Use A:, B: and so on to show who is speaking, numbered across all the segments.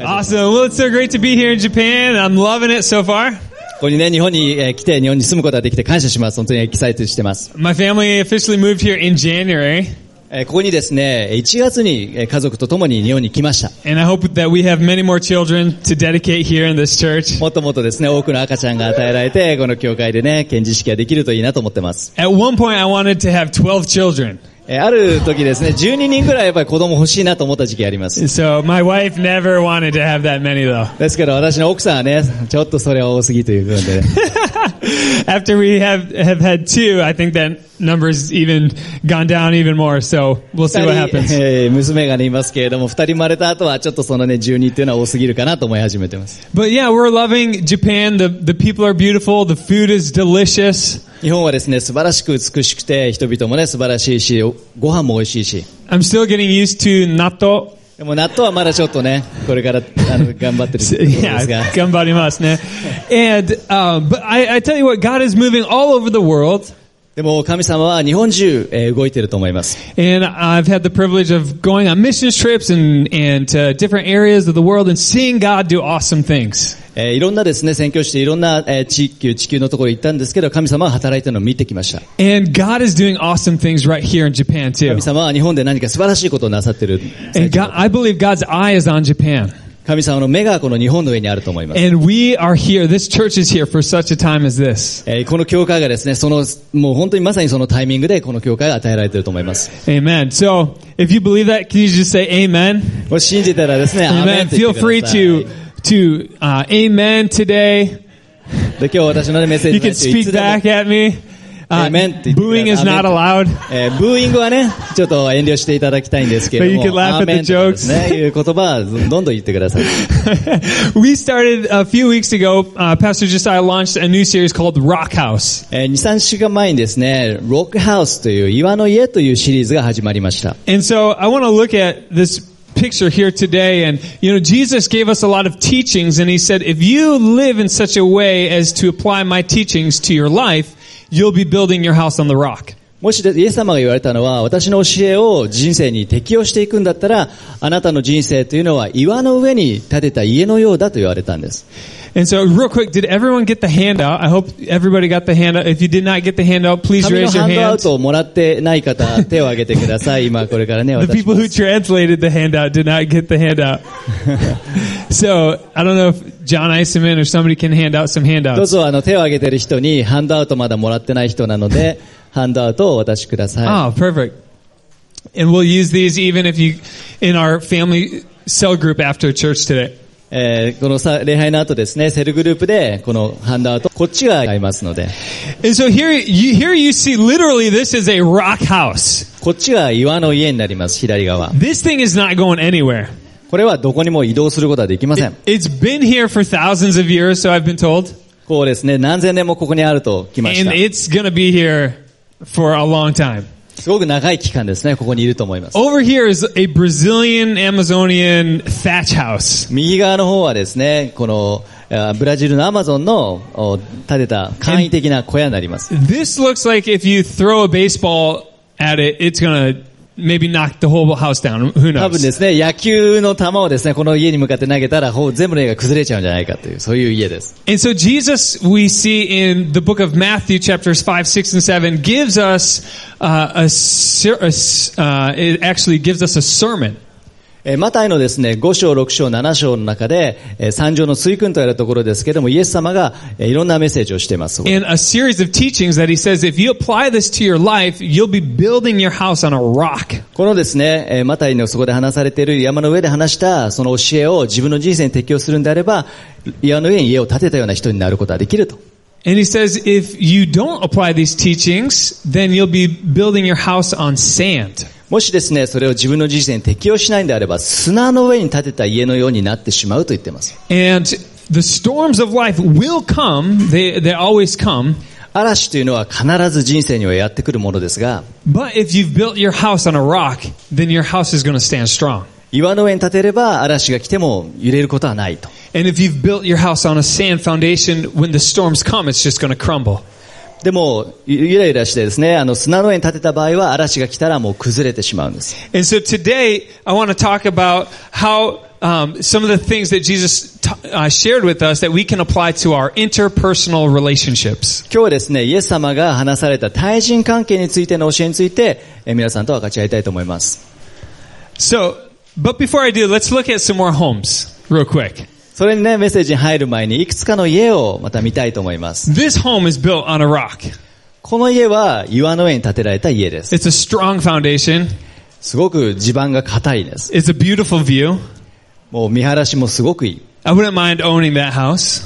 A: Awesome. Well, it's so great to be here in Japan. I'm loving it so far.
B: ここにね、日本にえー来て、日本に住むことができて感謝します。本当にエキサイトしてます。
A: My family officially moved here in January,
B: えーここにですね、1月にえー家族と共に日本に来ました。
A: and I hope that we have many more children to dedicate here in this church.
B: もっともっとですね、多くの赤ちゃんが与えられて、この教会でね、献事式ができるといいなと思ってます。
A: At one point, I wanted to have 12 children.
B: えーある時ですね、12人ぐらいやっぱり子供欲しいなと思った時期あります。
A: So my wife never wanted to have that many though.
B: ですけど私の奥さんはね、ちょっとそれは多すぎという部分でね。
A: After we have, have had two, I think that number's even gone down even more. So we'll see what
B: 二人
A: happens.
B: えー娘がね、いますけれども、二人生まれた後はちょっとそのね、12っていうのは多すぎるかなと思い始めてます。
A: But yeah, we're loving Japan. The, the people are beautiful. The food is delicious.
B: 日本はですね、素晴らしく美しくて、人々もね、素晴らしいし、ご飯も美味しいし。
A: I'm still getting used to natto.
B: でも納豆はまだちょっとね、これから、あの、頑張っ てるところです
A: Yeah,
B: が。
A: gambarimasu ne. And, um, but I, I tell you what, God is moving all over the world.
B: でも神様は日本中、えー動いてると思います。
A: And I've had the privilege of going on missions trips and, and to different areas of the world and seeing God do awesome things.
B: えーいろんなですね、宣教していろんな、えー地域、地球のところに行ったんですけど、神様は働いてるのを見てきました。
A: And God is doing awesome things right here in Japan too.
B: 神様は日本で何か素晴らしいことをなさってる。
A: And God, I believe God's eye is on Japan.
B: 神様の目がこの日本の上にあると思います。
A: And we are here, this church is here for such a time as this.
B: えーこの教会がですね、その、もう本当にまさにそのタイミングでこの教会が与えられてると思います。
A: Amen. So, if you believe that, can you just say amen?
B: もし信じたらですね、アーメン
A: Amen.
B: って言
A: Feel
B: ってく
A: free
B: ださい。
A: to, to, uh, amen today.
B: で、今日私のねメッセー
A: You
B: ジ
A: can
B: のやつい
A: speak
B: つでも
A: back at me. Uh,
B: Amen って言ってください。
A: booing is not allowed.
B: えーブーイングはね、ちょっと遠慮していただきたいんですけれど
A: But you can
B: も、
A: laugh
B: ア
A: at
B: ーメン
A: the
B: とかですね、いう言葉はどんどん言ってください。
A: we started a few weeks ago. Uh, Pastor Josiah launched a new series called Rock House,
B: えー、2、3週間前にですね、ロックハウスという岩の家というシリーズが始まりました。
A: and so I want to look at this picture here today. And you know, Jesus gave us a lot of teachings, and he said, "If you live in such a way as to apply my teachings to your life, you'll be building your house on the rock."
B: もしでイエス様が言われたのは、私の教えを人生に適用していくんだったら、あなたの人生というのは岩の上に建てた家のようだと言われたんです。
A: And so, real quick, did everyone get the handout? I hope everybody got the handout. If you did not get the handout, please
B: 紙の
A: raise
B: ハ
A: your
B: ンドアウ
A: hand.
B: トをもらってない方、手を挙げてください。今、これからね、
A: The
B: 私
A: people who translated the handout did not get the handout. so I don't know if John Iserman or somebody can hand out some
B: どう
A: handouts.
B: ぞあの手を挙げてる人にハンドアウトまだもらってない人なので、ハンドアウトをお渡しくださ
A: Oh, perfect. And we'll use these even if you in our family cell group after church today.
B: い。えーこのさ礼拝の後ですね、セルグループでこのハンドアウト、こっちが合いますので、
A: And so here you, here you see literally this is a rock house.
B: こっちが岩の家になります、左側。
A: This thing is not going anywhere.
B: これはどこにも移動することはできません。
A: It's been here for thousands of years, so I've been told.
B: こうですね、何千年もここにあると来まし
A: And
B: た。
A: it's going to be here for a long time.
B: すごく長い期間ですね、ここにいると思います。
A: Over here is a Brazilian Amazonian thatch house.
B: 右側の方はですね、この、あブラジルのアマゾンのお建てた簡易的な小屋になります。
A: This looks like if you throw a baseball at it, it's gonna maybe knock the whole house down. Who
B: 多分
A: knows?
B: ですね、野球の球をですね、この家に向かって投げたら、ほう全部の家が崩れちゃうんじゃないかという、そういう家です。
A: And so Jesus, we see in the book of Matthew, chapters five, six, and seven, gives us uh, a, ser- a s- uh, it actually gives us a sermon.
B: えーマタイのですね、5章、6章、7章の中で、えー三条の水訓とやるところですけども、イエス様が、えーいろんなメッセージをしています。
A: In a series of teachings that he says, if you apply this to your life, you'll be building your house on a rock.
B: このですね、えーマタイのそこで話されている山の上で話した、その教えを自分の人生に適用するんであれば、岩の上に家を建てたような人になることができると。
A: And he says, if you don't apply these teachings, then you'll be building your house on sand.
B: もしですね、それを自分の人生に適用しないんであれば、砂の上に建てた家のようになってしまうと言ってます。
A: And the storms of life will come. They, they always come.
B: 嵐というのは必ず人生にはやってくるものですが、
A: But if you've built your house on a rock, then your house is going to stand strong.
B: 岩の上に建てれば嵐が来ても揺れることはないと。
A: And if you've built your house on a sand foundation, when the storms come, it's just going to crumble.
B: でも、ゆゆらゆらしてですね、あの砂の上に建てた場合は嵐が来たらもう崩れてしまうんです。
A: And so today, I want to talk about how um, some of the things that Jesus t- uh, shared with us that we can apply to our interpersonal relationships.
B: 今日はですね、イエス様が話された対人関係についての教えについて、えー皆さんと分かち合いたいと思います。
A: So, but before I do, let's look at some more homes real quick.
B: それにね、メッセージに入る前にいくつかの家をまた見たいと思います。
A: This home is built on a rock.
B: この家は岩の上に建てられた家です。
A: It's a strong foundation.
B: すごく地盤が硬いです。
A: It's a beautiful view.
B: もう見晴らしもすごくいい。
A: I wouldn't mind owning that house.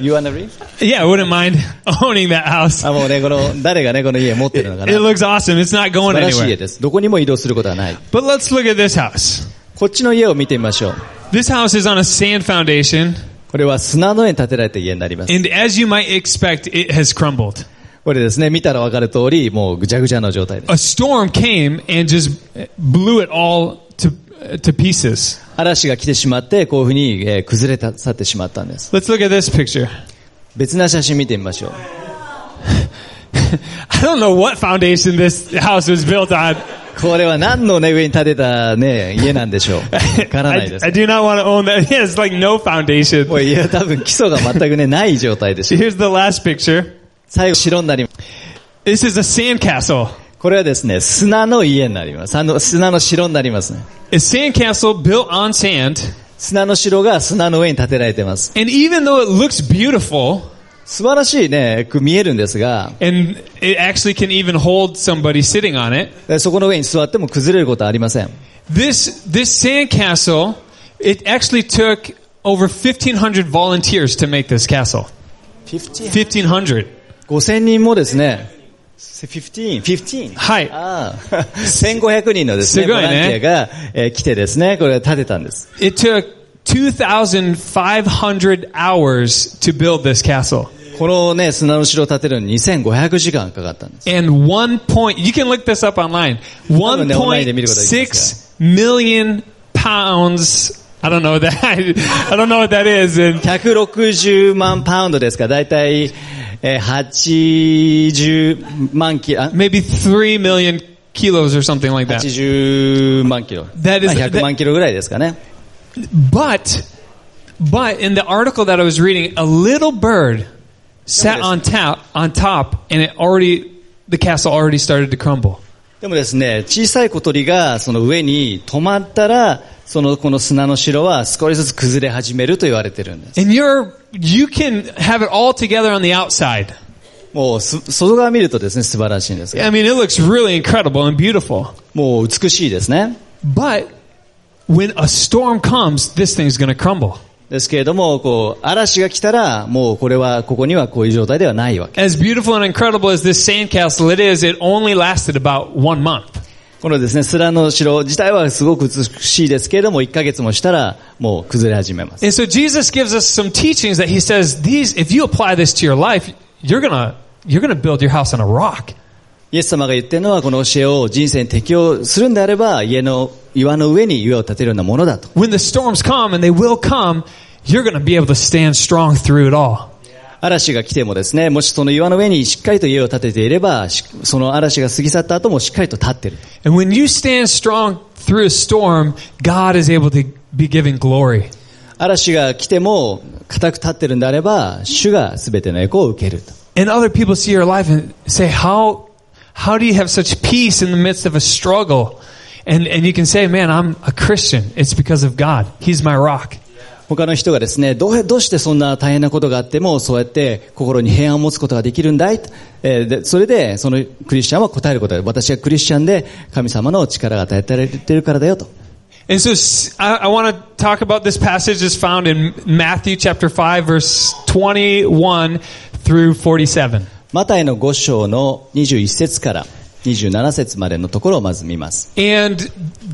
B: You wanna read?
A: Yeah, I wouldn't mind owning that house.
B: あ、もうね、こ の、誰がね、この家持ってるのか
A: It
B: な。
A: looks awesome. It's not
B: 素
A: going
B: 晴らしい家
A: anywhere.
B: です。どこにも移動することはない。
A: But let's look at this house.
B: こっちの家を見てみましょう。
A: This house is on a sand foundation,
B: これは砂の上に建てられた家になります。
A: and as you might expect, it has crumbled.
B: これですね、見たらわかる通り、もうぐちゃぐちゃの状態です。
A: A storm came and just blew it all to to pieces.
B: 嵐が来てしまって、こういうふうに、えー崩れた去ってしまったんです。
A: Let's look at this picture.
B: 別な写真見てみましょう。
A: I don't know what foundation this house was built on.
B: これは何のね、上に建てたね、家なんでし ょう。わからない
A: I,
B: です
A: I。do not want to own that. Yeah, it's like no foundation.
B: もういや、多分基礎が全くね、ない状態でした。
A: Here's the last picture.
B: 最後、白になります。
A: This is a sandcastle.
B: これはですね、砂の家になります。あの砂の城になりますね。
A: A sandcastle built on sand.
B: 砂の城が砂の上に建てられてます。
A: And even though it looks beautiful,
B: 素晴らしいね、く見えるんですが、
A: and it actually can even hold somebody sitting on it,
B: そこの上に座っても崩れることはありません。
A: this this sandcastle, it actually took over 1,500 volunteers to make this castle. 1,500.
B: 5000人もですね、15、15?
A: はい
B: あ あ1500人のですね、
A: すご
B: ボ
A: いね
B: ランティアが、えー来てですね、これを建てたんです。
A: It took 2,500 hours to build this castle.
B: このね、砂の城を建てるのに2500時間かかったんです。
A: And one point, you can look this up online. 1.6 million pounds. I don't know what that, I don't know what that is. And
B: 160万パウンドですか、だいたい、えー80万キロ、あ
A: maybe 3 million kilos or something like that.
B: 80万キロ。
A: That is-
B: まあ100万キロぐらいですかね。
A: But, but in the article that I was reading, a little bird sat on top, on top, and it already, the castle already started to crumble.
B: でもですね、小さい小鳥がその上に止まったら、そのこの砂の城は少しずつ崩れ始めると言われてるんです。
A: And you're, you can have it all together on the outside.
B: もうす外側見るとですね、素晴らしいんですが
A: I mean, it looks really incredible and beautiful.
B: もう美しいですね。
A: But when a storm comes, this thing's going to crumble.
B: ですけれども、こう、嵐が来たら、もうこれは、ここにはこういう状態ではないわけ。
A: As beautiful and incredible as this sandcastle it is, it only lasted about one month.
B: このですね、砂の城自体はすごく美しいですけれども、1ヶ月もしたら、もう崩れ始めます。
A: And so Jesus gives us some teachings that he says, these, if you apply this to your life, you're gonna, you're gonna build your house on a rock.
B: イエス様が言ってるのは、この教えを人生に適用するんであれば、家の、岩の上に岩を建てるようなものだと。
A: When the storms come, and they will come, you're gonna be able to stand strong through it all.
B: 嵐が来てもですね、もしその岩の上にしっかりと家を建てていれば、しその嵐が過ぎ去った後もしっかりと立ってる。
A: And when you stand strong through a storm, God is able to be given glory.
B: 嵐が来ても、固く立ってるんであれば、主が全ての栄光を受けると。
A: And other people see your life and say, how, how do you have such peace in the midst of a struggle? And, and you can say, man, I'm a Christian. It's because of God. He's my rock.
B: 他の人がですね、どう、どうしてそんな大変なことがあっても、そうやって心に平安を持つことができるんだいとえーでそれで、そのクリスチャンは答えることが私はクリスチャンで、神様の力が与えられてるからだよと。
A: And so s- I, want to talk about this passage is found in Matthew chapter 5 verse 21 through 47.
B: マタイの5章の21節から27節までのところをまず見ます。
A: And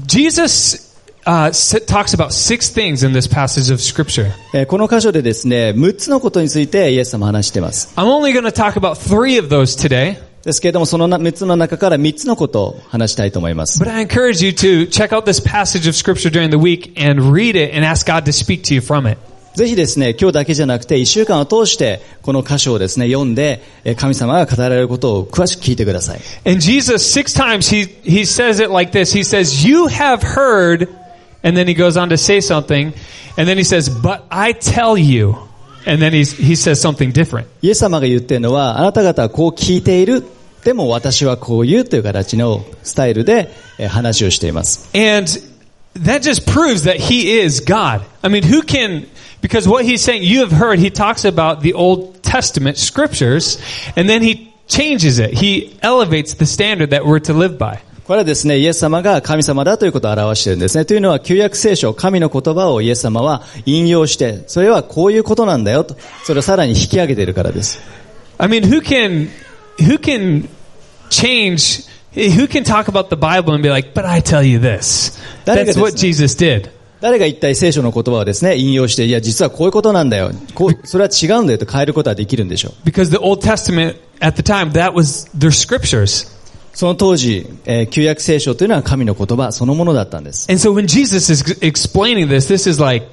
A: Jesus uh, s- talks about six things in this passage of scripture.
B: えーこの箇所でですね、6つのことについてイエス様は話しています。
A: I'm only going to talk about three of those today.
B: ですけれども、その6つの中から3つのことを話したいと思います。
A: But I encourage you to check out this passage of scripture during the week and read it and ask God to speak to you from it.
B: ぜひですね、今日だけじゃなくて、1週間を通して、この箇所をですね、読んで、えー神様が語られることを詳しく聞いてください。
A: And Jesus, six times, he, he says it like this. He says, you have heard And then he goes on to say something. And then he says, But I tell you. And then he's, he says something different.
B: イエス様が言ってるのは、あなた方はこう聞いている。でも私はこう言うという形のスタイルでえー話をしています。
A: And that just proves that he is God. I mean, who can, because what he's saying, you have heard, he talks about the Old Testament scriptures, and then he changes it. He elevates the standard that we're to live by.
B: これはですね、イエス様が神様だということを表しているんですね。というのは、旧約聖書、神の言葉をイエス様は引用して、それはこういうことなんだよと、それをさらに引き上げているからです。
A: I mean, who can, who can change, who can talk about the Bible and be like, but I tell you this?
B: That is-
A: That's what Jesus did.
B: 誰が一体聖書の言葉をですね、引用して、いや、実はこういうことなんだよ。こう、それは違うんだよと変えることはできるんでしょう。
A: Because the Old Testament, at the time, that was their scriptures.
B: その当時、えー旧約聖書というのは神の言葉そのものだったんです。
A: And so when Jesus is g- explaining this, this is like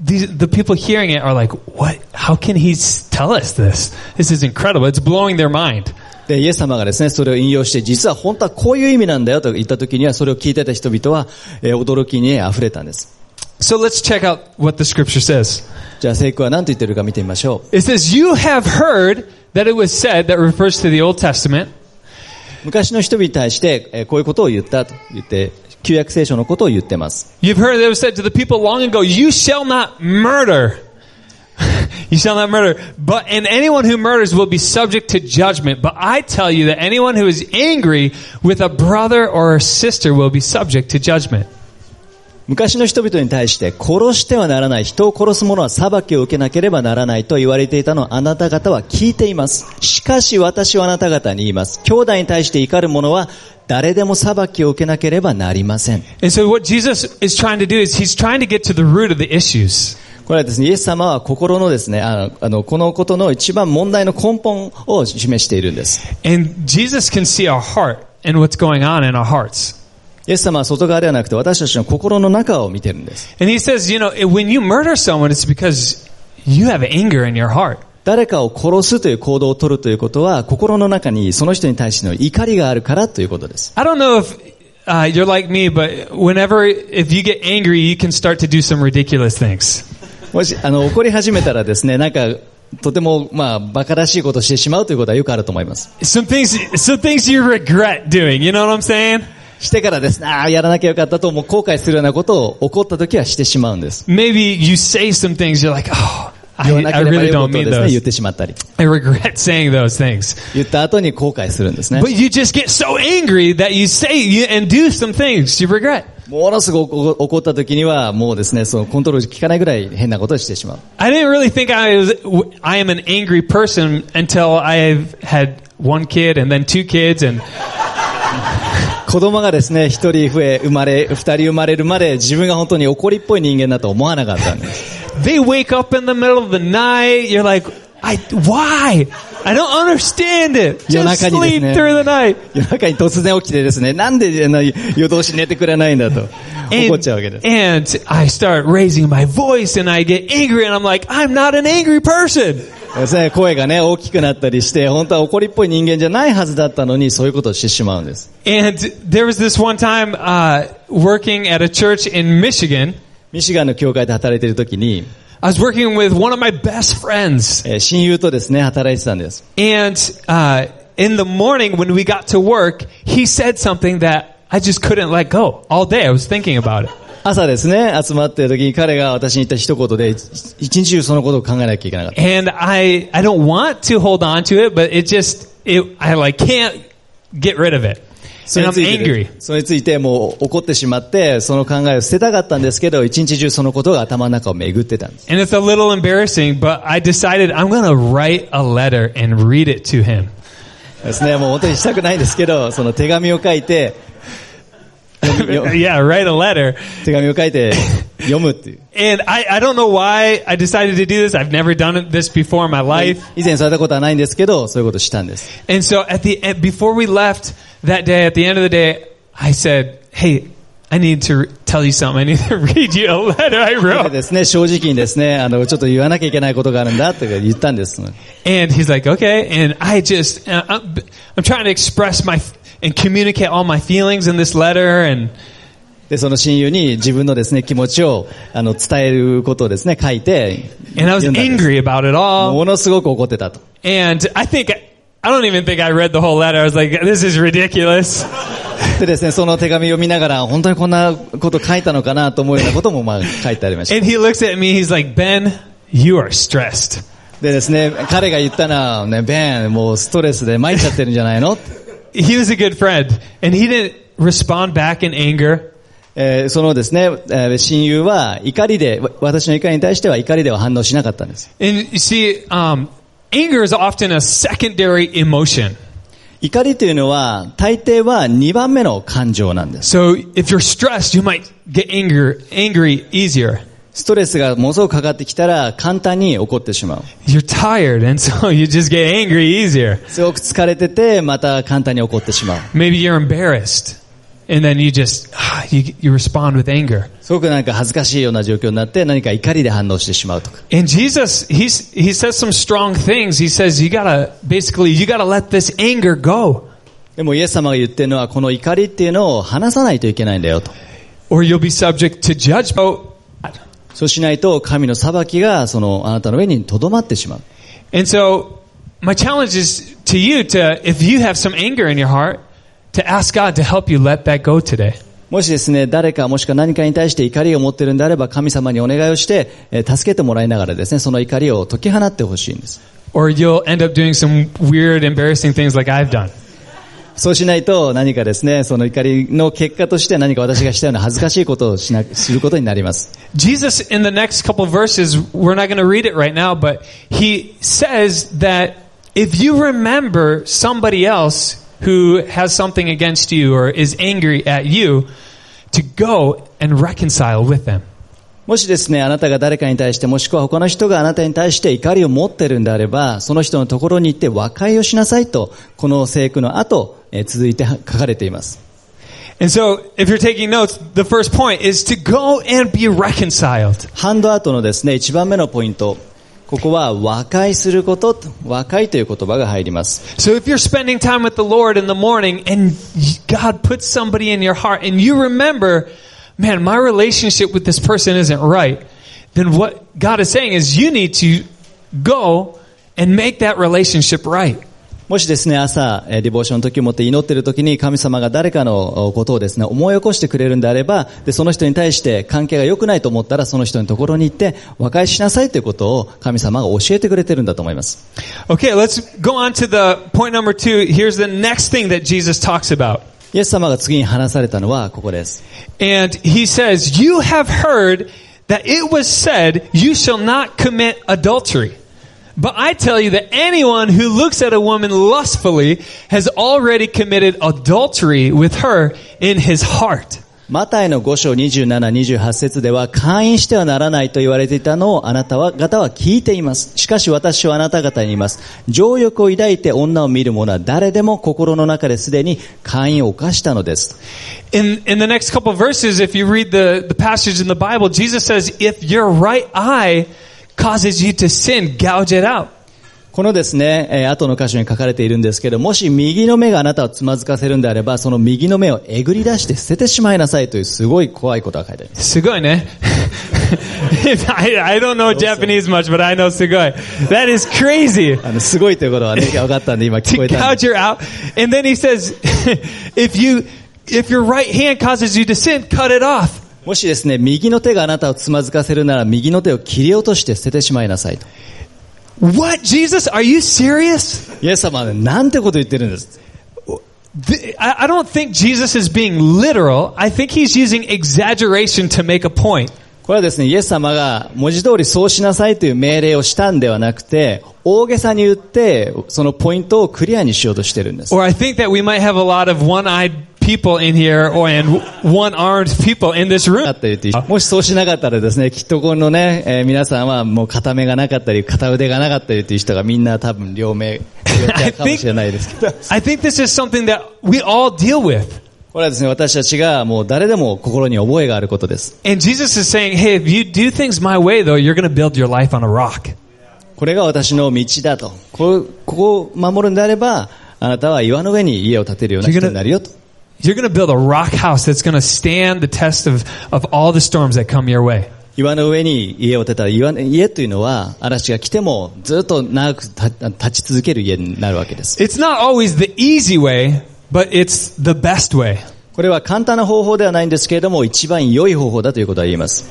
A: these, the people hearing it are like, "What? How can he s- tell us this? This is incredible! It's blowing their mind."
B: で、イエス様がですね、それを引用して、実は本当はこういう意味なんだよと言った時には、それを聞いてた人々は、えー驚きに溢れたんです。
A: So let's check out what the scripture says.
B: じゃあ、聖句は何と言ってるか見てみましょう。
A: It says, "You have heard that it was said that refers to the Old Testament."
B: 昔の人々に対して、えーこういうことを言ったと言って、旧約聖書のことを言ってます。
A: You've heard that it was said to the people long ago, "You shall not murder." You shall not murder, but and anyone who murders will be subject to judgment. But I tell you that anyone who is angry with a brother or a sister will be subject to judgment.
B: 昔の人々に対して、殺してはならない、人を殺す者は裁きを受けなければならないと言われていたのをあなた方は聞いています。しかし私はあなた方に言います。兄弟に対して怒る者は、誰でも裁きを受けなければなりません。
A: And so what Jesus is trying to do is he's trying to get to the root of the issues.
B: これはですね、イエス様は心のですね、あの、あのこのことの一番問題の根本を示しているんです。
A: And Jesus can see our heart and what's going on in our hearts.
B: イエス様は外側ではなくて私たちの心の中を見てるんです。
A: And he says, you know, when you murder someone, it's because you have anger in your heart.
B: 誰かを殺すという行動を取るということは、心の中にその人に対しての怒りがあるからということです。
A: I don't know if uh, you're like me, but whenever, if you get angry, you can start to do some ridiculous things.
B: もし、あの、怒り始めたらですね、なんか、とても、まあ、馬鹿らしいことをしてしまうということはよくあると思います。
A: Some things, some things you regret doing, you know what I'm saying?
B: してからですね、ああ、やらなきゃよかったと、もう後悔するようなことを怒った時はしてしまうんです。
A: Maybe you say some things, you're like, oh,
B: 言
A: I,
B: わな
A: I
B: ければい
A: really
B: いことを
A: don't mean
B: ですね、言っ
A: those.
B: てしまったり。
A: I regret saying those things.
B: 言った後に後悔するんですね。
A: But you just get so angry that you say you- and do some things you regret.
B: ものすごく怒った時には、もうですね、そのコントロール効かないぐらい変なことをしてしまう。
A: I didn't really think I was I am an angry person until I've had one kid and then two kids and
B: 子供がですね、一人増え、生まれ、二人生まれるまで自分が本当に怒りっぽい人間だと思わなかったんです。
A: they wake up in the middle of the night. You're like, I why? I don't understand it. Just
B: 夜中に
A: sleep
B: です
A: through the
B: ね
A: night.、
B: 夜中に突然起きてですね、なんであの夜通し寝てくれないんだと怒っ
A: And,
B: ちゃうわけです。
A: and I start raising my voice and I get angry and I'm like, I'm not an angry person.
B: ですね声がね、大きくなったりして、本当は怒りっぽい人間じゃないはずだったのに、そういうことをしてしまうんです。
A: And there was this one time uh, working at a church in Michigan.
B: ミシガンの教会で働いている時に、
A: I was working with one of my best friends,
B: えー親友とですね、働いてたんです。
A: and uh, in the morning when we got to work, he said something that I just couldn't let go. All day I was thinking about it.
B: 朝ですね、集まってる時に彼が私に言った一言で、一一日中そのことを考えなきゃいけなかった。
A: And I, I don't want to hold on to it, but it just, it, I like can't get rid of it.
B: そ
A: And
B: れ
A: I'm
B: について
A: angry.
B: ね、それについてもう怒ってしまって、その考えを捨てたかったんですけど、一日中そのことが頭の中を巡ってたんです。
A: And it's a little embarrassing, but I decided I'm going to write a letter and read it to him.
B: ですね、もう本当にしたくないんですけど、その手紙を書いて、読みよ
A: yeah, write a letter.
B: 手紙を書いて読む っていう。
A: And I, I don't know why I decided to do this. I've never done it- this before in my life.
B: 以前されたことはないんですけど、そういうことをしたんです。
A: And so at the end, before we left that day, at the end of the day, I said, "Hey, I need to re- tell you something. I need to read you a letter I
B: で
A: wrote."
B: ですね、正直にですね、あの、ちょっと言わなきゃいけないことがあるんだって言ったんです。
A: And he's like, "Okay." And I just, uh, I'm, I'm trying to express my f- and communicate all my feelings in this letter, and
B: で、その親友に自分のですね、気持ちを、あの、伝えることをですね、書いて、
A: And I was
B: 読んだんです
A: angry about it all.
B: ものすごく怒ってたと。
A: And I think, I don't even think I read the whole letter. I was like, this is ridiculous.
B: でですね、その手紙を見ながら、本当にこんなこと書いたのかなと思うようなことも、まあ、書いてありました。
A: And he looks at me, he's like, Ben, you are stressed.
B: でですね、彼が言ったのは、ね、ベン、もうストレスで参っちゃってるんじゃないの
A: He was a good friend. And he didn't respond back in anger.
B: えーそのですね、えー親友は怒りで、わ私の怒りに対しては怒りでは反応しなかったんです。
A: And you see, um, anger is often a secondary emotion.
B: 怒りというのは、大抵は2番目の感情なんです。
A: So if you're stressed, you might get anger, angry easier.
B: ストレスがものすごくかかってきたら、簡単に怒ってしまう。
A: You're tired, and so you just get angry easier.
B: すごく疲れてて、また簡単に怒ってしまう。
A: Maybe you're embarrassed, and then you just ah, you, you respond with anger.
B: すごくなんか恥ずかしいような状況になって、何か怒りで反応してしまうとか。
A: And Jesus, he's, he says some strong things. He says you gotta basically you gotta let this anger go,
B: でもイエス様が言ってるのは、この怒りっていうのを話さないといけないんだよと。
A: or you'll be subject to judgment. Oh,
B: そうしないと、神の裁きが、その、あなたの上に留まってしまう。
A: And so my challenge is to you to if you have some anger in your heart, to ask God to help you let that go today.
B: もしですね、誰かもしくは何かに対して怒りを持ってるんであれば、神様にお願いをして、えー助けてもらいながらですね、その怒りを解き放ってほしいんです。
A: Or you'll end up doing some weird, embarrassing things like I've done.
B: そうしないと、何かですね、その怒りの結果として何か私がしたような恥ずかしいことをしな、することになります。
A: Jesus, in the next couple verses, we're not going to read it right now, but he says that if you remember somebody else who has something against you or is angry at you, to go and reconcile with them.
B: もしですね、あなたが誰かに対して、もしくは他の人があなたに対して怒りを持ってるんであれば、その人のところに行って和解をしなさいと、この聖句の後、えー続いて書かれています。
A: And so, if you're taking notes, the first point is to go and be reconciled.
B: ハンドアウトのですね、一番目のポイント。ここは和解すること、和解という言葉が入ります。
A: So if you're spending time with the Lord in the morning and God puts somebody in your heart and you remember, man, my relationship with this person isn't right, then what God is saying is you need to go and make that relationship right.
B: もしですね、朝、えーディボーションの時を持って祈っている時に神様が誰かのおことをですね、思い起こしてくれるんであれば、で、その人に対して関係が良くないと思ったら、その人のところに行って和解しなさいということを神様が教えてくれてるんだと思います。
A: Okay, let's go on to the point number two. Here's the next thing that Jesus talks about.
B: イエス様が次に話されたのはここです。
A: And he says, You have heard that it was said, You shall not commit adultery. But I tell you that anyone who looks at a woman lustfully has already committed adultery with her in his heart.
B: マタイの5章27、28節では、会員してはならないと言われていたのをあなたは方は聞いています。しかし私はあなた方に言います。情欲を抱いて女を見る者は誰でも心の中ですでに会員を犯したのです。
A: In, in the next couple of verses, if you read the, the passage in the Bible, Jesus says, If your right eye causes you to sin, gouge it out.
B: このですね、えー後の箇所に書かれているんですけど、もし右の目があなたをつまずかせるんであれば、その右の目をえぐり出して捨ててしまいなさいというすごい怖いことが書いてあります。
A: Sugoi, ne? I, I don't know Japanese much, but I know sugoi. That is crazy.
B: あの、すごいということはね、分かったんで今聞こ
A: To
B: えたんで
A: gouge her out. And then he says, if you, if your right hand causes you to sin, cut it off.
B: もしですね、右の手があなたをつまずかせるなら、右の手を切り落として捨ててしまいなさいと。
A: What, Jesus? Are you serious?
B: イエス様はねなんてこと言ってるんです。
A: Th- I I don't think Jesus is being literal. I think he's using exaggeration to make a point.
B: これはですね、イエス様が文字通りそうしなさいという命令をしたんではなくて、大げさに言って、そのポイントをクリアにしようとしてるんです。
A: Or I think that we might have a lot of one-eyed people in here or and one-armed people in this
B: だ
A: room.
B: ったりってもしそうしなかったらですね、きっとこのね、えー皆さんはもう片目がなかったり、片腕がなかったりっていう人がみんな多分両目、両手かもしれないです けど。
A: I think this is something that we all deal with.
B: これはですね、私たちがもう誰でも心に覚えがあることです。
A: And Jesus is saying, hey, if you do things my way, though, you're going to build your life on a rock.
B: これが私の道だと。こここを守るんであれば、あなたは岩の上に家を建てるような人になるよと。
A: You're going to build a rock house that's going to stand the test of, of all the storms that come your way.
B: 岩の上に家を建てた岩家というのは嵐が来てもずっと長くた立ち続ける家になるわけです。
A: It's not always the easy way, but it's the best way.
B: これは簡単な方法ではないんですけれども一番良い方法だということは言えます。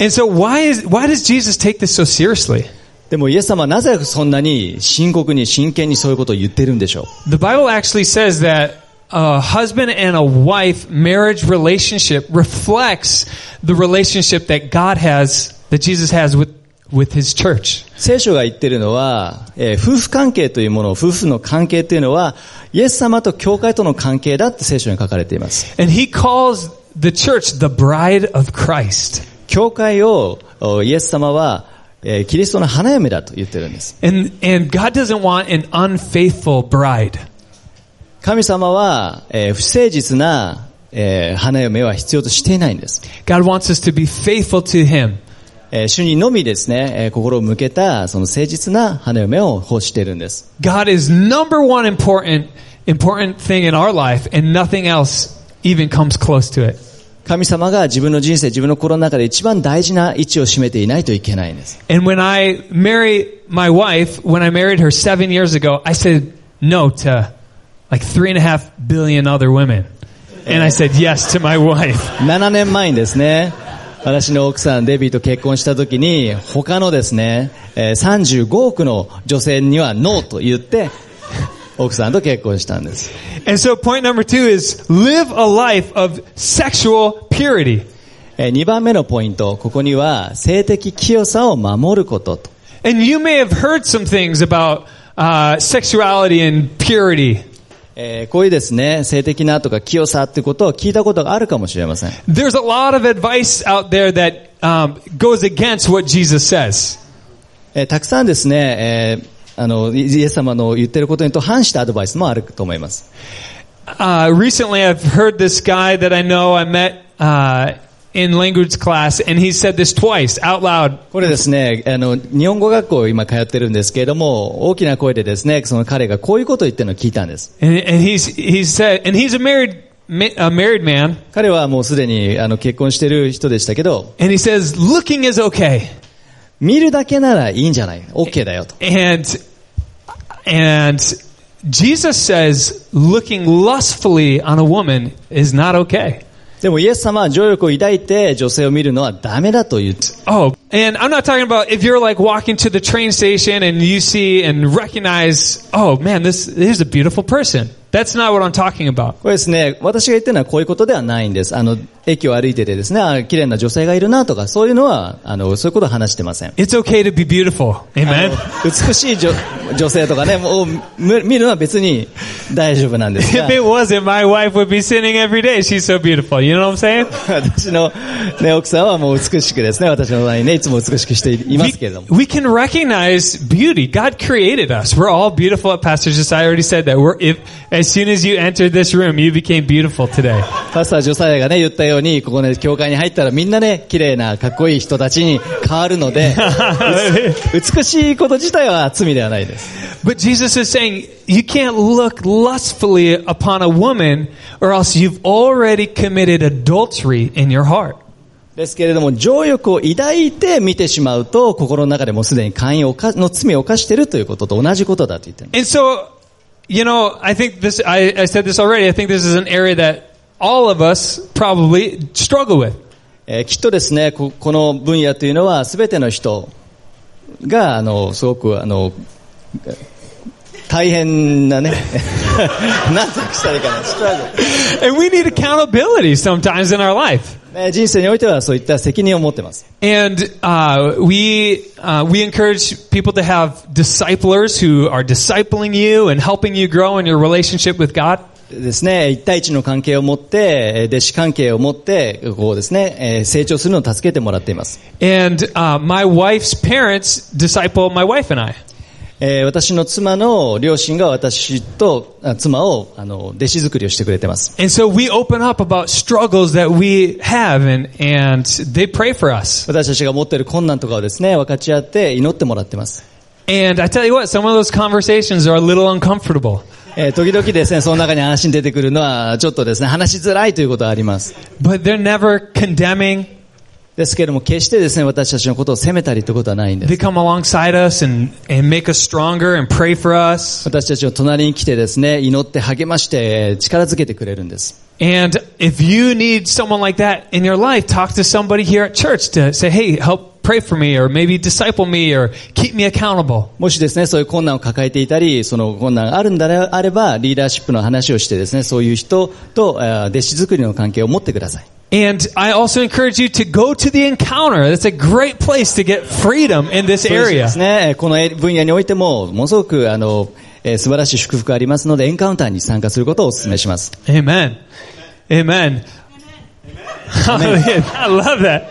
A: And so why is, why does Jesus take this so seriously?
B: でもイエス様はなぜそんなに深刻に真剣にそういうことを言ってるんでしょう
A: The Bible actually says that a husband and a wife marriage relationship reflects the relationship that God has, that Jesus has with, with his church.
B: 聖書が言ってるのは、えー夫婦関係というものを、夫婦の関係というのは、イエス様と教会との関係だって聖書に書かれています。
A: And he calls the church the bride of Christ.
B: 教会をおイエス様は、えーキリストの花嫁だと言ってるんです。
A: And, and God doesn't want an unfaithful bride.
B: 神様は、えー不誠実な、えー花嫁は必要としていないんです。
A: God wants us to be faithful to him.
B: えー主にのみですね、えー心を向けた、その誠実な花嫁を欲しているんです。
A: God is number one important, important thing in our life and nothing else even comes close to it.
B: 神様が自分の人生、自分の心の中で一番大事な位置を占めていないといけないんです。
A: And when I marry my wife, when I married her seven years ago, I said no to like three and a half billion other women. And I said yes to my wife.
B: 7年前にですね、私の奥さんデビーと結婚した時に、他のですね、えー35億の女性にはノーと言って、奥さんと結婚したんです。
A: And so point number two is live a life of sexual purity.
B: え2番目のポイント、ここには、性的清さを守ることと。
A: And you may have heard some things about uh, sexuality and purity.
B: えーこういうですね、性的なとか清さってことを聞いたことがあるかもしれません。
A: There's a lot of advice out there that um, goes against what Jesus says.
B: えーたくさんですね、えーあの、イイエス様の言ってることにと反したアドバイスもあると思います。
A: Uh, recently, I've heard this guy that I know I met uh, in language class, and he said this twice out loud.
B: これですね、あの、日本語学校を今通ってるんですけれども、大きな声でですね、その彼がこういうことを言ってるのを聞いたんです。
A: And, and he's he said, and he's a married ma- a married man,
B: 彼はもうすでに、あの、結婚してる人でしたけど、
A: and he says, "Looking is okay,"
B: 見るだけならいいんじゃない ?OK だよと。
A: and and Jesus says, "Looking lustfully on a woman is not okay."
B: でもイエス様は情欲を抱いて女性を見るのはダメだと言って、
A: Oh, and I'm not talking about if you're like walking to the train station and you see and recognize, oh man, this, this is a beautiful person. That's not what I'm talking about.
B: これですね、私が言ってるのはこういうことではないんです。あの、駅を歩いててですね、あ綺麗な女性がいるなとか、そういうのは、あの、そういうことは話してません。
A: It's okay to be beautiful.
B: あ
A: Amen.
B: の美しい女女性とかね、もうむ見るのは別に大丈夫なんですが
A: If。it wasn't, my wife would be sinning every day. She's so beautiful. You know what I'm saying?
B: 私の、ね、奥さんはもう美しくですね、私の場合ね、いつも美しくしていますけれど
A: We,
B: も。
A: we can recognize beauty. God created us. We're all beautiful at Pastor Josiah already said that. We're, if, as soon as you entered this room, you became beautiful today.
B: パスタージョサヤがね、言ったように、ここね、教会に入ったらみんなね、綺麗な、かっこいい人たちに変わるので、美しいこと自体は罪ではないです。
A: But Jesus is saying you can't look lustfully upon a woman or else you've already committed adultery in your heart.
B: ですけれども、情欲を抱いて見てしまうと、心の中でもうすでに寛容の罪を犯しているということと同じことだと言ってる。
A: And so, you know, I think this, I, I said this already, I think this is an area that all of us probably struggle with.
B: えーきっとですね、ここの分野というのは、すべての人が、あの、すごく、あの、大変なね、 なんとしたらいいかな、ストラグ
A: And we need accountability sometimes in our life.
B: ね人生においてはそういった責任を持ってます。
A: And uh, we uh, we encourage people to have disciplers who are discipling you and helping you grow in your relationship with God.
B: ですね、一対一の関係を持って、えー弟子関係を持って、こうですね、えー成長するのを助けてもらっています。
A: And uh, my wife's parents disciple my wife and I.
B: えー私の妻の両親が私とあ妻を、あの、弟子作りをしてくれてます。
A: And so we open up about struggles that we have and, and they pray for us.
B: 私たちが持っている困難とかをですね、分かち合って祈ってもらってます。
A: And I tell you what, some of those conversations are a little uncomfortable.
B: えー時々ですね、その中に話に出てくるのは、ちょっとですね、話しづらいということはあります。
A: but they're never condemning.
B: ですけれども、決してですね、私たちのことを責めたりということはないんです
A: They。come alongside us and, and make us stronger and pray for us.
B: 私たちの隣に来てですね、祈って励まして、えー力づけてくれるんです。
A: And if you need someone like that in your life, talk to somebody here at church to say, hey, help pray for me or maybe disciple me or keep me accountable.
B: もしですね、そういう困難を抱えていたり、その困難があるんだあれば、リーダーシップの話をしてですね、そういう人と、えー弟子作りの関係を持ってください。
A: And I also encourage you to go to the encounter. That's a great place to get freedom in this
B: そうで
A: area.
B: すね、えーこの分野においても、ものすごく、あの、えー素晴らしい祝福がありますので、エンカウンターに参加することをお勧めします。
A: Amen. Amen. Hallelujah. I love that.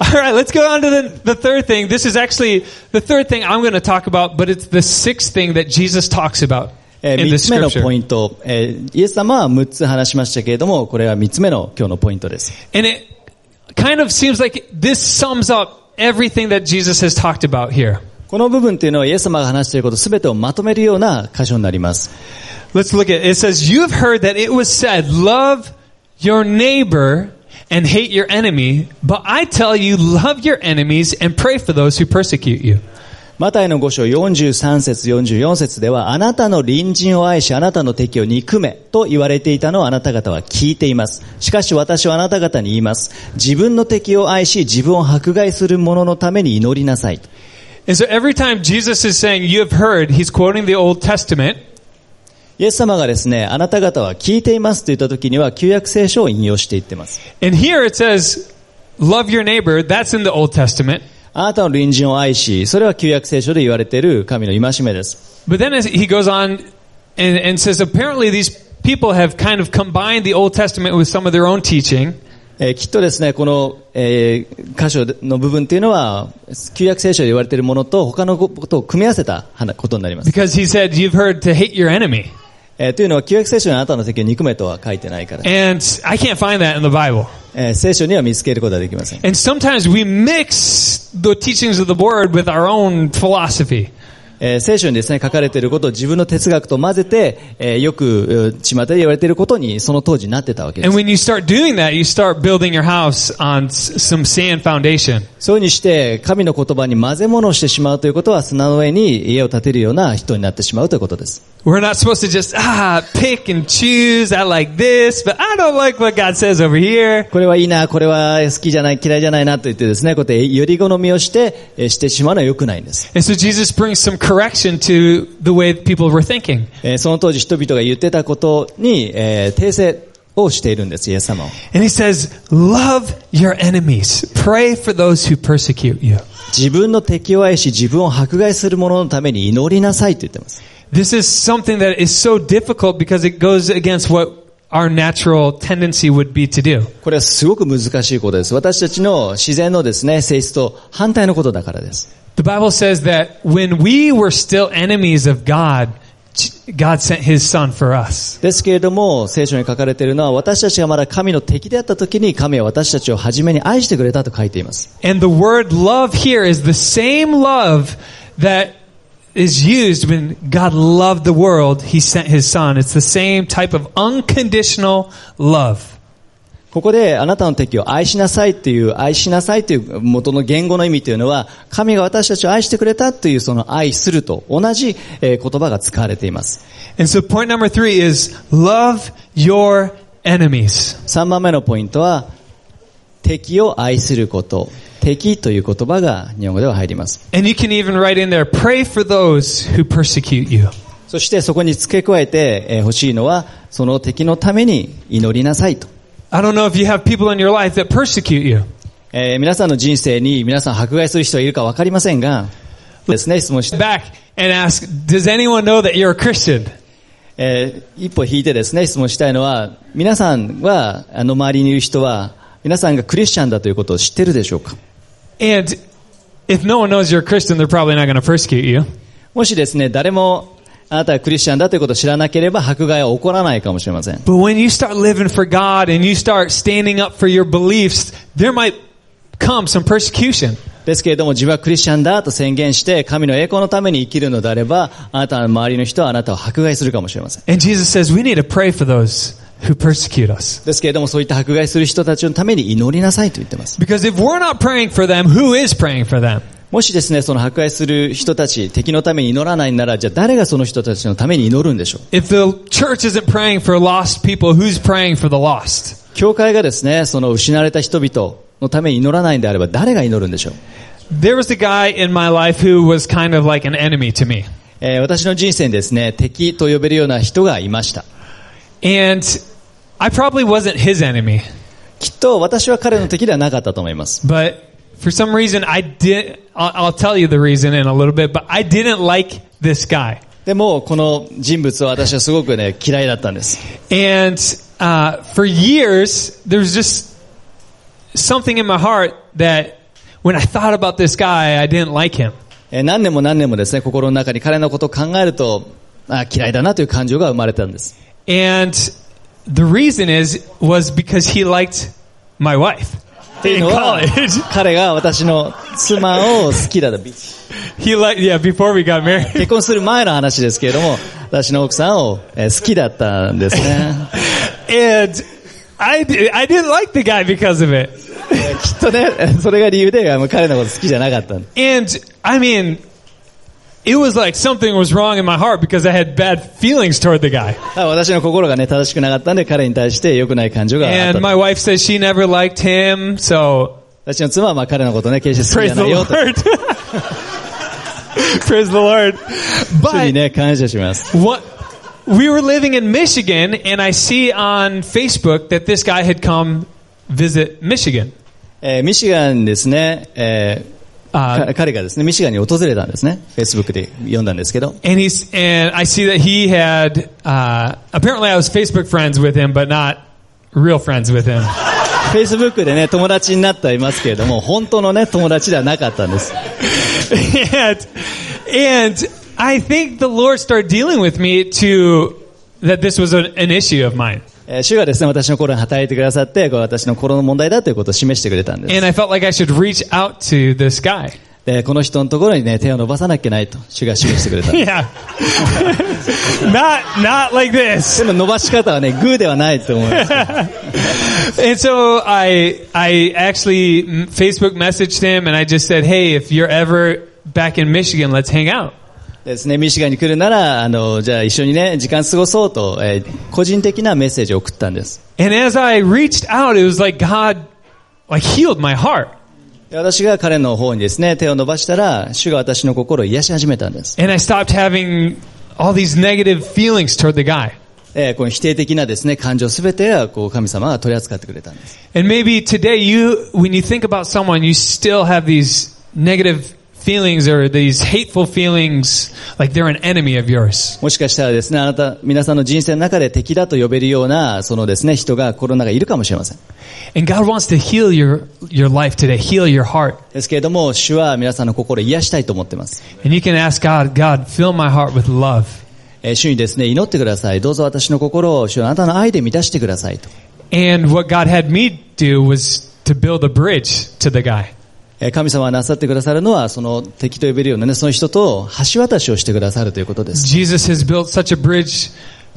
A: All right, let's go on to the, the third thing. This is actually the third thing I'm going to talk about, but it's the sixth thing that Jesus talks about
B: え
A: in
B: 3
A: the
B: つ目の
A: scripture.
B: ポイント、えーイエス様は6つ話しましたけれども、これは3つ目の今日のポイントです。
A: And it kind of seems like this sums up everything that Jesus has talked about here.
B: この部分というのはイエス様が話していること全てをまとめるような箇所になります。
A: Let's look at it. It says, You've heard that it was said, Love your neighbor and hate your enemy, but I tell you, love your enemies and pray for those who persecute you.
B: マタイの5章43節44節では、あなたの隣人を愛し、あなたの敵を憎めと言われていたのをあなた方は聞いています。しかし私はあなた方に言います。自分の敵を愛し、自分を迫害する者のために祈りなさい。
A: And so every time Jesus is saying, You have heard, he's quoting the Old Testament.
B: イエス様がですね、あなた方は聞いていますと言った時には、旧約聖書を引用していってます。
A: And here it says, Love your neighbor. That's in the Old Testament.
B: あなたの隣人を愛し、それは旧約聖書で言われている神の戒めです。
A: But then as he goes on and, and says, Apparently, these people have kind of combined the Old Testament with some of their own teaching.
B: えーきっとですね、この、えー箇所の部分というのは、旧約聖書で言われているものと他のことを組み合わせた話ことになります。
A: Because he said, You've heard to hate your enemy.
B: えーというのは、旧約聖書にあなたの敵を憎めとは書いてないから、
A: And I can't find that in the Bible.
B: えー聖書には見つけることはできません。
A: And sometimes we mix the teachings of the word with our own philosophy.
B: えー聖書にですね、書かれていることを自分の哲学と混ぜて、えーよく、えー巷で言われていることに、その当時なってたわけで
A: And
B: す。
A: when you start doing that, you start building your house on s- some sand foundation.
B: そういうふうにして、神の言葉に混ぜ物をしてしまうということは、砂の上に家を建てるような人になってしまうということです。
A: We're not supposed to just, ah, pick and choose. I like this, but I don't like what God says over here.
B: これはいいな、これは好きじゃない、嫌いじゃないなと言ってですね、こうやってより好みをして、えーしてしまうのは良くないんです。
A: And so Jesus brings some correction to the way that people were thinking.
B: えーその当時人々が言ってたことに、えー訂正をしているんです、イエス様を。
A: And he says, love your enemies. Pray for those who persecute you.
B: 自分の敵を愛し、自分を迫害する者のために祈りなさいと言ってます。
A: This is something that is so difficult because it goes against what our natural tendency would be to do.
B: これはすごく難しいことです。私たちの自然のですね、性質と反対のことだからです。
A: The Bible says that when we were still enemies of God, God sent his son for us.
B: ですけれども、聖書に書かれているのは、私たちがまだ神の敵であった時に、神は私たちを初めに愛してくれたと書いています。
A: And the word love here is the same love that is used when God loved the world, he sent his son. It's the same type of unconditional love.
B: ここであなたの敵を愛しなさいっていう、愛しなさいという元の言語の意味というのは、神が私たちを愛してくれたというその愛すると同じえー言葉が使われています。
A: And so point number 3 is love your enemies.
B: 3番目のポイントは、敵を愛すること。敵という言葉が日本語では入ります。
A: And you can even write in there, pray for those who persecute you.
B: そしてそこに付け加えてえー欲しいのは、その敵のために祈りなさいと。
A: I don't know if you have people in your life that persecute you.
B: えー皆さんの人生に皆さん迫害する人はいるかわかりませんが、ですね、質問して。
A: Back and ask, does anyone know that you're a Christian?
B: えー一歩引いてですね、質問したいのは、皆さんは、あの周りにいる人は、皆さんがクリスチャンだということを知ってるでしょうか
A: And if no one knows you're a Christian, they're probably not going to persecute you.
B: もしですね、誰も、あなたがクリスチャンだということを知らなければ、迫害は起こらないかもしれません。
A: But when you start living for God and you start standing up for your beliefs, there might come some persecution.
B: ですけれども自分はクリスチャンだと宣言して神の栄光のために生きるのであればあなたの周りの人はあなたを迫害するかもしれません。
A: And Jesus says we need to pray for those who persecute us.
B: ですけれどもそういった迫害する人たちのために祈りなさいと言ってます。
A: Because if we're not praying for them, who is praying for them?
B: もしですね、その迫害する人たち、敵のために祈らないなら、じゃあ誰がその人たちのために祈るんでしょう
A: If the church isn't praying for lost people, who's praying for the lost?
B: 教会がですね、その失われた人々のために祈らないんであれば誰が祈るんでしょう
A: There was a guy in my life who was kind of like an enemy to me.
B: えー私の人生にですね、敵と呼べるような人がいました。
A: And I probably wasn't his enemy,
B: きっと私は彼の敵ではなかったと思います。
A: but for some reason I did I'll, I'll tell you the reason in a little bit, but I didn't like this guy.
B: でも、この人物は私はすごくね、嫌いだったんです。
A: And uh, for years, there was just something in my heart that when I thought about this guy, I didn't like him.
B: えー何年も何年もですね、心の中に彼のことを考えると、あー嫌いだなという感情が生まれたんです。
A: And the reason is was because he liked my wife
B: っていう
A: in
B: のは
A: college.
B: 彼が私の妻を好き だと。
A: he liked yeah before we got married.
B: 結婚する前の話ですけれども、私の奥さんをえー好きだったんですね。
A: And I, di- I didn't like the guy because of it.
B: きっとね、 それが理由で、あの彼のこと好きじゃなかったんで
A: And I mean, it was like something was wrong in my heart because I had bad feelings toward the guy.
B: あ私の心がね、正しくなかったんで、彼に対して良くない感情があっ
A: And
B: た。
A: my wife says she never liked him, so
B: 私の妻はまあ彼のことね、決して好き
A: praise
B: じゃ
A: the
B: ないよと、
A: Lord. praise the Lord.
B: 主に
A: But
B: ね、感謝します。
A: what we were living in Michigan, and I see on Facebook that this guy had come visit Michigan.
B: えーミシガンですね、えー
A: Uh,
B: か彼がですね、ミシガンに訪れたんですね。Facebook で読んだんですけど。
A: and he's and I see that he had uh, apparently I was Facebook friends with him, but not real friends with him.
B: Facebook でね、友達になってはいますけれども、本当のね、友達ではなかったんです。
A: and and I think the Lord started dealing with me to that this was an, an issue of mine,
B: えー主がですね、私の心に働いてくださって、これは私の心の問題だということを示してくれたんです。
A: and I felt like I should reach out to this guy.
B: で、この人のところにね、手を伸ばさなきゃいけないと、主が示してくれた。
A: Yeah, not not like this.
B: でも伸ばし方はね、グーではないと思います。
A: And so I I actually m- Facebook messaged him, and I just said, "Hey, if you're ever back in Michigan, let's hang out."
B: ですね、ミシガンに来るなら、あの、じゃあ一緒にね、時間過ごそうと、えー個人的なメッセージを送ったんです。
A: And as I reached out, it was like God like healed my heart.
B: で私が彼の方にですね、手を伸ばしたら、主が私の心を癒し始めたんです。
A: And I stopped having all these negative feelings toward the guy.
B: えーこの否定的なですね、感情すべては、こう、神様が取り扱ってくれたんです。
A: And maybe today you, when you think about someone, you still have these negative feelings or these hateful feelings like they're an enemy of yours.
B: もしかしたらですね、あなた、皆さんの人生の中で敵だと呼べるような、そのですね、人が心の中にいるかもしれません。
A: And God wants to heal your, your life today, heal your heart.
B: ですけれども、主は皆さんの心を癒したいと思ってます。
A: And you can ask God, God, fill my heart with love.
B: えー主にですね、祈ってください。どうぞ私の心を主はあなたの愛で満たしてくださいと。
A: And what God had me do was to build a bridge to the guy.
B: えー神様がなさってくださるのは、その敵と呼べるようなね、その人と橋渡しをしてくださるということです。
A: Jesus has built such a bridge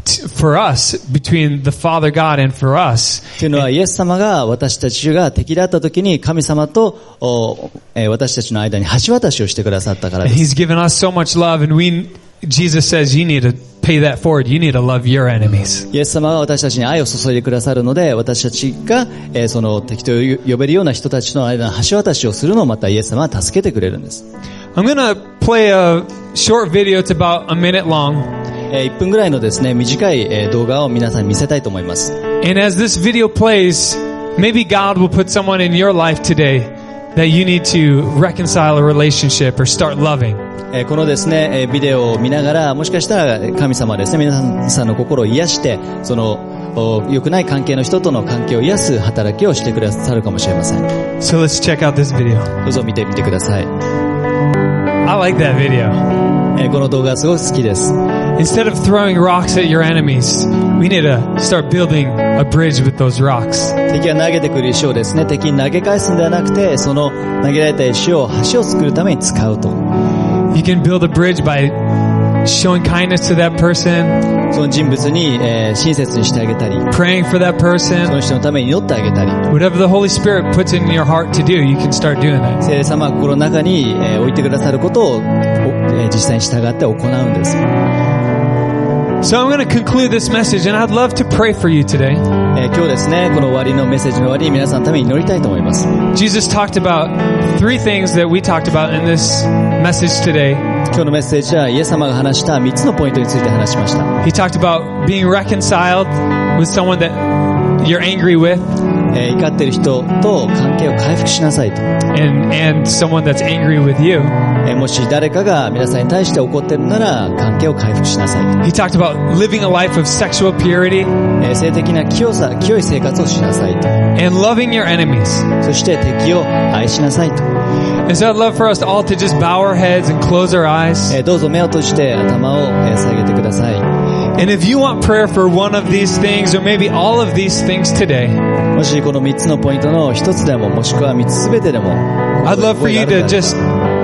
A: t- for us between the Father God and for us.
B: というのは、イエス様が私たちが敵だった時に神様と、おえー私たちの間に橋渡しをしてくださったからです。
A: He's given us so much love, and we, Jesus says, you need to pay that forward. You need to love your enemies.
B: イエス様が私たちに愛を注いでくださるので、私たちが、えーその敵と呼べるような人たちの間の橋渡しをするのをまたイエス様は助けてくれるんです。
A: I'm gonna play a short video. It's about a minute long,
B: え1分ぐらいのですね、短い、えー動画を皆さんに見せたいと思います。
A: and as this video plays, maybe God will put someone in your life today that you need to reconcile a relationship or start loving.
B: えーこのですね、えービデオを見ながら、もしかしたらえー神様はですね、皆さんの心を癒して、その、お良くない関係の人との関係を癒す働きをしてくださるかもしれません。ど
A: So let's check out this video.
B: うぞ見てみてください。
A: I like that video.
B: えーこの動画すごく好きです。
A: Instead of throwing rocks at your enemies, we need to start building a bridge with those rocks.
B: 敵が投げてくる石をですね、敵に投げ返すんではなくて、その投げられた石を橋を作るために使うと。
A: You can build a bridge by showing kindness to that person,
B: その人物に、えー親切にしてあげたり、
A: praying for that
B: そ
A: person.
B: の人のために祈ってあげたり、
A: Whatever the Holy Spirit puts in your heart to do, you can start doing that.
B: 聖霊様は心の中に、えー置いてくださることを、おえー実際に従って行うんです。
A: So I'm going to conclude this message, and I'd love to pray for you today.
B: えー今日ですね、この終わりのメッセージの終わりに皆さんのために祈りたいと思います。
A: Jesus talked about three things that we talked about in this message today.
B: 今日のメッセージはイエス様が話した3つのポイントについて話しました。
A: He talked about being reconciled with someone that you're angry with,
B: えー怒ってる人と関係を回復しなさいと。
A: and and someone that's angry with you.
B: えーもし誰かが皆さんに対して怒ってるなら関係を回復しなさいと。
A: He talked about living a life of sexual purity
B: えー性的な清さ、清い生活をしなさいと。
A: and loving your enemies.
B: そして敵を愛しなさいと。
A: And so I'd love for us all to just bow our heads and close our eyes.
B: えーどうぞ目を閉じて頭をえー下げてください。
A: And if you want prayer for one of these things or maybe all of these things today,
B: もしこの3つのポイントの1つでも、もしくは3つ全てでも、
A: I'd love for you to just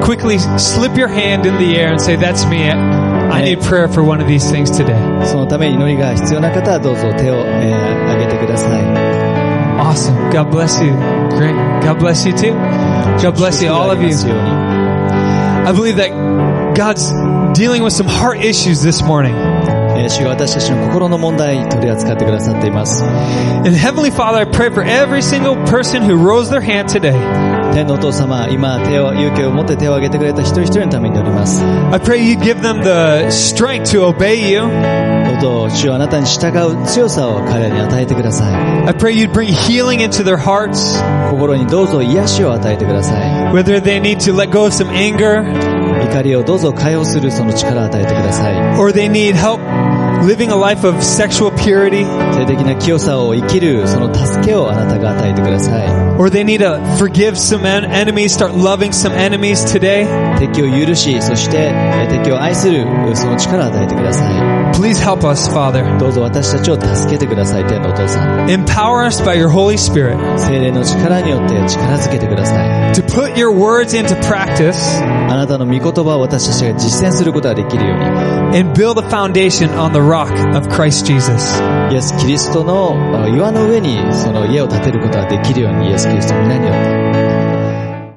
A: quickly slip your hand in the air and say, That's me. I need prayer for one of these things today.
B: そのために祈りが必要な方はどうぞ手を、えー上げてください。
A: Awesome. God bless you. Great. God bless you too. God bless you, all of you.
B: ように
A: I believe that God's dealing with some heart issues this morning.
B: えー主が私たちの心の問題取り扱ってくださっています。
A: And Heavenly Father, I pray for every single person who rose their hand today.
B: 天のお父様、今手を、勇気を持って手を挙げてくれた一人一人のために祈ります。
A: I pray you give them the strength to obey you.
B: どうぞ、主はあなたに従う強さを彼らに与えてください。
A: I pray you'd bring healing into their hearts,
B: 心にどうぞ癒しを与えてください。
A: whether they need to let go of some anger
B: 怒りをどうぞ解放するその力を与えてください。
A: or they need help living a life of sexual purity
B: 性的な清さを生きるその助けをあなたが与えてください。
A: or they need to forgive some en- enemies, start loving some enemies today.
B: 敵を許し、そしてえー敵を愛するその力を与えてください。
A: Please help us, Father.
B: どうぞ私たちを助けてください、天のお父さん。
A: Empower us by your Holy Spirit
B: 精霊の力によって力づけてください。
A: to put your words into practice
B: あなたの御言葉を私たちが実践することができるように、
A: and build a foundation on the rock of Christ Jesus.
B: イエス・キリストのあの岩の上にその家を建てることができるように、イエス・キリストの皆によって、